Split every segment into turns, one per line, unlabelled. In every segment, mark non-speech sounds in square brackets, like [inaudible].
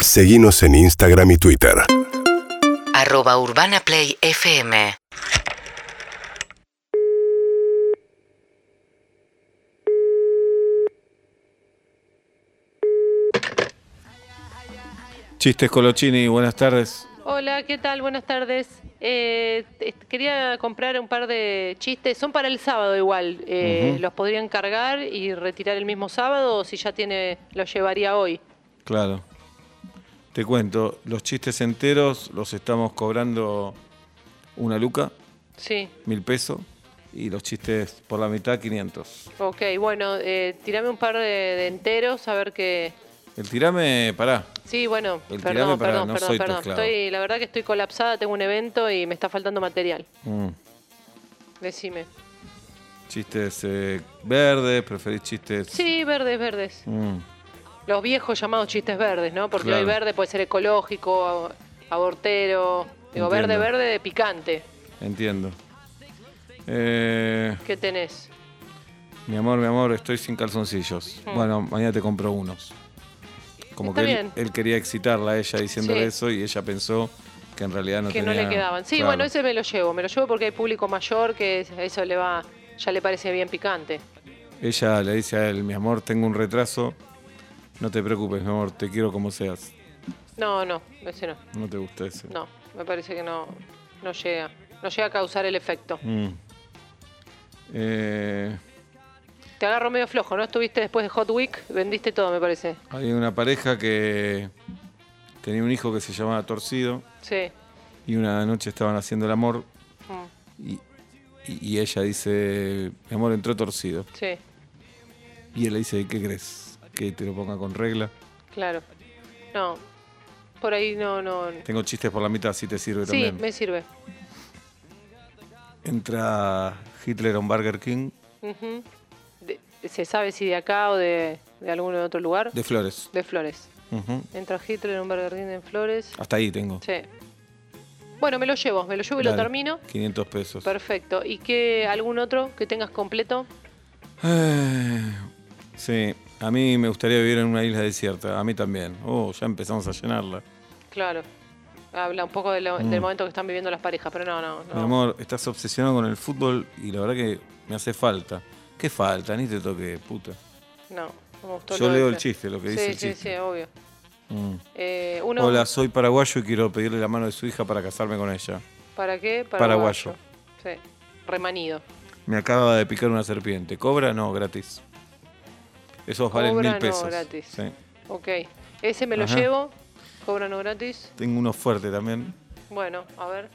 Seguimos en Instagram y Twitter.
Arroba Urbana Play FM.
Chistes Colochini, buenas tardes.
Hola, ¿qué tal? Buenas tardes. Eh, te- quería comprar un par de chistes. Son para el sábado igual. Eh,
Ujú.
¿Los podrían cargar y retirar el mismo sábado o si ya tiene, los llevaría hoy?
Claro. Te cuento, los chistes enteros los estamos cobrando una luca,
Sí,
mil pesos, y los chistes por la mitad, 500.
ok. Bueno, eh, tirame un par de, de enteros a ver qué...
El tirame, pará.
Sí, bueno,
El tirame
perdón,
para-
perdón,
no
perdón,
soy tu
perdón.
esclavo.
Estoy, la verdad que estoy colapsada, tengo un evento y me está faltando material.
Mm.
Decime.
Chistes eh, verdes, preferís chistes...
Sí, verdes, verdes.
Mm.
Los viejos llamados chistes verdes, ¿no? Porque
Claro.
hoy verde puede ser ecológico, abortero. Digo,
Entiendo.
verde, verde de picante.
Entiendo. Eh,
¿Qué tenés?
mi amor, mi amor, estoy sin calzoncillos.
Mm.
Bueno, mañana te compro unos. Como
Está
que él,
bien.
él quería excitarla a ella diciéndole
Sí.
eso y ella pensó que en realidad no
que no
tenía-
le quedaban. Sí,
Claro.
bueno, ese me lo llevo. Me lo llevo porque hay público mayor que es- eso le va, ya le parece bien picante.
Ella le dice a él, mi amor, tengo un retraso. No te preocupes, mi amor, te quiero como seas.
No, no, ese no.
No te gusta ese.
No, me parece que no, no llega. No llega a causar el efecto.
Mm. Eh,
Te agarro medio flojo, ¿no? Estuviste después de Hot Week, vendiste todo, me parece.
hay una pareja que tenía un hijo que se llamaba Torcido
Sí.
y una noche estaban haciendo el amor
Mm,
y, y- y ella dice, mi amor, entró torcido.
sí,
Y él le dice, ¿qué crees? ¿Que te lo ponga con regla?
claro. No, por ahí no, no.
Tengo chistes por la mitad, si te sirve
Sí,
también.
me sirve.
Entra Hitler a un Burger King
Ujú. De- ¿Se sabe si de acá o de, de algún otro lugar?
de flores.
De Flores.
Ujú.
Entra Hitler en un Burger King en Flores.
Hasta ahí tengo.
Sí. Bueno, me lo llevo, me lo llevo y lo
Dale,
termino.
500 pesos.
Perfecto. ¿Y qué algún otro que tengas completo?
[sighs] Sí, a mí me gustaría vivir en una isla desierta. A mí también. Oh, ya empezamos a llenarla.
Claro. Habla un poco de lo- del momento que están viviendo las parejas, pero no, no, no.
Mm. Mi amor, estás obsesionado con el fútbol y la verdad que me hace falta. ¿Qué falta? Ni te toque, puta.
No, no me gustó
Yo
lo
leo
ese.
el chiste, lo que
Sí,
dice el
sí,
chiste.
sí, obvio.
Mm.
Eh, uno,
Hola, soy paraguayo y quiero pedirle la mano de su hija para casarme con ella.
¿Para qué?
Paraguayo.
Sí. Remanido.
Me acaba de picar una serpiente. ¿Cobra? No, gratis. Esos valen
Cobra,
mil
no,
pesos.
gratis.
Sí.
Ok. Ese me lo
Ajá.
llevo. Cobran gratis.
Tengo uno fuerte también.
Bueno, a ver.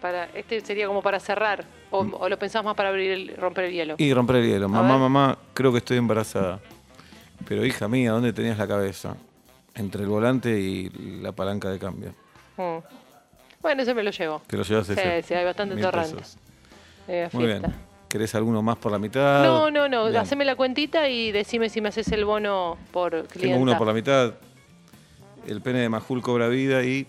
Para, este sería como para cerrar. O, o lo pensás más para abrir el, romper el hielo.
Mm. Y romper el hielo. Mamá,
ver.
mamá, creo que estoy embarazada. Pero hija mía, ¿dónde tenías la cabeza? Entre el volante y la palanca de cambio.
Mm. Bueno, ese me lo llevo.
Te lo llevas ese.
Sí, sí, hay bastante
Mil
torrente.
pesos.
Eh, a
Muy bien.
fiesta.
¿Querés alguno más por la mitad?
No, no, no.
Bien.
Haceme la cuentita y decime si me haces el bono por clienta.
Tengo uno por la mitad. El pene de Majul cobra vida y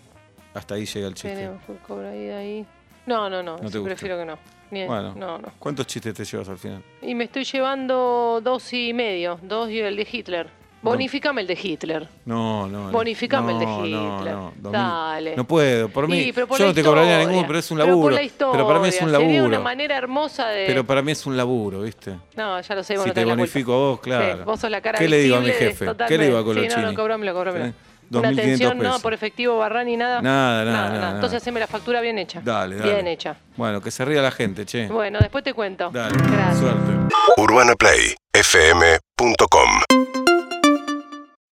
hasta ahí llega el chiste.
Tenemos full cobra ahí, ahí. No, no, no.
te
sí,
gusta.
prefiero que no. Ni-
Bueno,
no, no.
¿cuántos chistes te llevas al final?
Y me estoy llevando dos y medio. Dos y el de Hitler. Bonificame el de Hitler.
No, no. no.
Bonificame el de
No,
Hitler.
No, no, dos mil-
Dale.
no puedo, por mí.
Y, pero por
Yo
la
no te cobraría
historia.
ninguno, pero es un
Pero
laburo.
por la historia,
para mí es un
Sería una
laburo.
manera hermosa de.
Pero para mí es un laburo, ¿viste?
No, ya lo sé. vos
si te
no tenés la
bonifico a
culpa.
vos, claro.
Sí, vos sos la cara
¿Qué le digo a mi
visible de-
jefe? ¿Qué
totalmente.
le digo a
Sí,
Colochini?
no, no, cobrámelo, cobrámelo.
¿Eh?
Una
2.500
atención no
pesos.
por efectivo, barrá ni nada.
Nada, nada, nada,
Entonces
nada.
haceme la factura bien hecha.
Dale, dale.
Bien hecha.
Bueno, que se ría la gente, che.
Bueno, después te cuento.
Dale,
Gracias.
suerte.
UrbanaPlayFM.com